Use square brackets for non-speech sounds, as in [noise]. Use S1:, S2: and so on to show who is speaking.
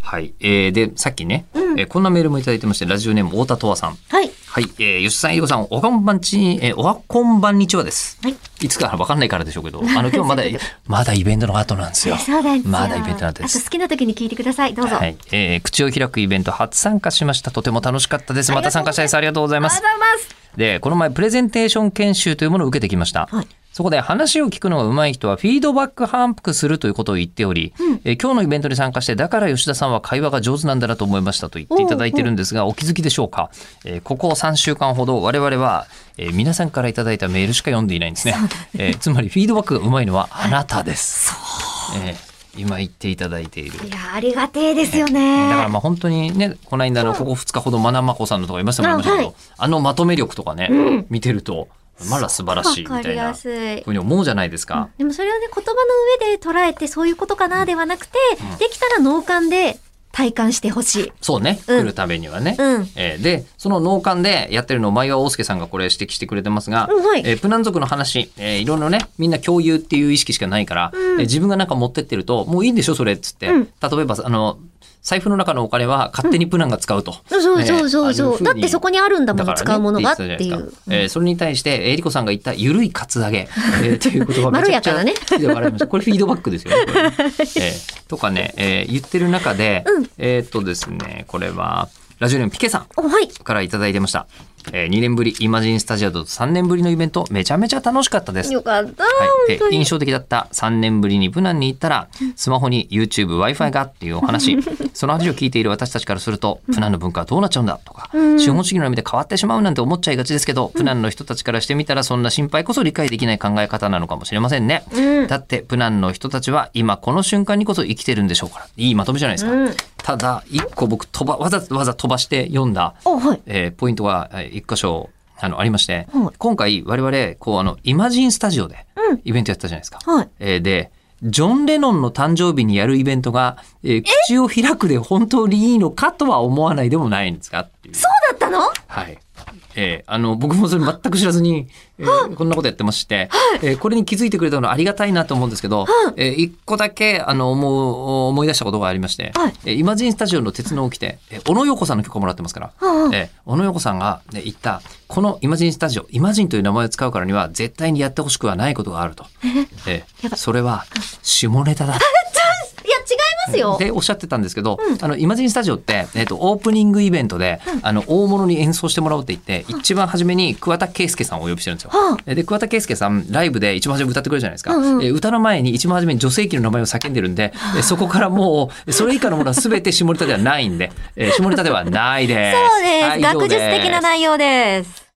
S1: はい。えー、で、さっきね、えーこんなメールもいただいてまして、ラジオネーム、太田とわさん。
S2: はい。
S1: はい。えー、吉さん、伊代さん、おはこんばんち、えー、おはこんばんにちはです。
S2: はい。
S1: いつかわかんないからでしょうけど、あの、今日まだ、まだイベントの後なんですよ。
S2: そうなんですよ。
S1: まだイベントなんです
S2: あと好きな時に聞いてください。どうぞ。
S1: はい。えー、口を開くイベント初参加しました。とても楽しかったです。また参加したいです。ありがとうござい
S2: ありが
S1: ま
S2: とう
S1: す
S2: ご。ざいます。
S1: で、この前、プレゼンテーション研修というものを受けてきました。
S2: はい
S1: そこで話を聞くのが上手い人はフィードバック反復するということを言っており、えー今日のイベントに参加して、だから吉田さんは会話が上手なんだなと思いましたと言っていただいてるんですが、お気づきでしょうか、えーここ3週間ほど我々は、えー皆さんからいただいたメールしか読んでいないんですね。えーつまりフィードバックが上手いのはあなたです。えー今言っていただいている。
S2: いや、ありがてえですよ
S1: だから
S2: ね。
S1: まあ本当にね、この間のここ2日ほどまなまこさんのとかいましたもんね、
S2: あはい
S1: あのまとめ力とかね、見てると、まだ素晴らしいみ
S2: わか
S1: た
S2: り
S1: いな
S2: や
S1: ふ。
S2: すいう
S1: に思うじゃないですか。
S2: でもそれをね、言葉の上で捉えて、そういうことかな、ではなくて、できたら脳幹で体感してほしい。
S1: そうね、
S2: うん
S1: 来るためにはね。
S2: うん
S1: えーで、その脳幹でやってるのを前川大輔さんがこれ指摘してくれてますが、
S2: うんはい
S1: えープナン族の話、えーいろいろね、みんな共有っていう意識しかないから、えー自分がなんか持ってってると、もういいんでしょ、それっつって。
S2: うん
S1: 例えば、あの、財布の中のお金は勝手にプナンが使うと。
S2: そう
S1: ね
S2: そうそう
S1: あ
S2: そ
S1: あいう
S2: う。
S1: ふ
S2: だ
S1: う
S2: っ
S1: に
S2: てそこにあるんだも
S1: だ
S2: ん、
S1: からね
S2: 使うものがって
S1: 言
S2: い
S1: てたじゃな
S2: う
S1: です。かえーそれに対して、えーえりこさんが言った、ゆるいカツア
S2: [laughs]
S1: ゲ、えーっていう言葉
S2: ま
S1: め
S2: ろ
S1: ちゃ
S2: や
S1: くち
S2: か
S1: ゃ
S2: なね
S1: で笑いました。これフィードバックですよね。これ
S2: [laughs]
S1: ねえーとかね、えー言ってる中で、
S2: うん
S1: えーっとですね、これは、ラジオネームピケさん。
S2: お、はい。
S1: からいただいてました。えー、2年ぶり、イマジンスタジアムと3年ぶりのイベント、めちゃめちゃ楽しかったです。
S2: よかった、
S1: はい、
S2: 本当
S1: で印
S2: に。
S1: 象的だった3年ぶりにプナンに行ったらスマホに YouTubeWi-Fi がっていうお
S2: [laughs]
S1: 話その話を聞いている私たちからするとプナンの文化はどうなっちゃうんだとか
S2: ん
S1: 資本主義の波で変わってしまうなんて思っちゃいがちですけどプナンの人たちからしてみたらそんな心配こそ理解できない考え方なのかもしれませんね。
S2: うん
S1: だってプナンの人たちは今この瞬間にこそ生きてるんでしょうからいいまとめじゃないですか。
S2: うん
S1: ただ一個僕飛ばわざわざ飛ばして読んだ
S2: お、はい。
S1: えーポイントがえー一箇所あのありまして、
S2: はい
S1: 今回我々こうあのイマジンスタジオで
S2: うん
S1: イベントやったじゃないですか。
S2: はい。
S1: えーでジョン・レノンの誕生日にやるイベントが、えー口を開くで本当にいいのかとは思わないでもないんですかっていう。
S2: だったの
S1: はい。えーあの、僕もそれ全く知らずに、えーこんなことやってまして、えーこれに気づいてくれたのはありがたいなと思うんですけど、えー一個だけ、あの、思う、思い出したことがありまして、
S2: はい
S1: えーイマジンスタジオの鉄の起きて、えー小野洋子さんの許可もらってますから、
S2: はあ
S1: えー小野洋子さんが、ね、言った、このイマジンスタジオ、イマジンという名前を使うからには、絶対にやってほしくはないことがあると。えー
S2: やばい
S1: それは、下ネタだ。
S2: いや、違いますよ。
S1: でおっしゃってたんですけど、あのイマジンスタジオって、えっとオープニングイベントで、あの大物に演奏してもらおうって言って、一番初めに桑田佳祐さんをお呼びしてるんですよ。
S2: は
S1: えで桑田佳祐さんライブで一番初めに歌ってくれるじゃないですか、
S2: うんうん
S1: え歌の前に一番初めに女性器の名前を叫んでるんで、えそこからもうそれ以下のものは全て下ネタではないんで、え下ネタではないです。
S2: [laughs] そうです。
S1: はい以上
S2: 学術的な内容です。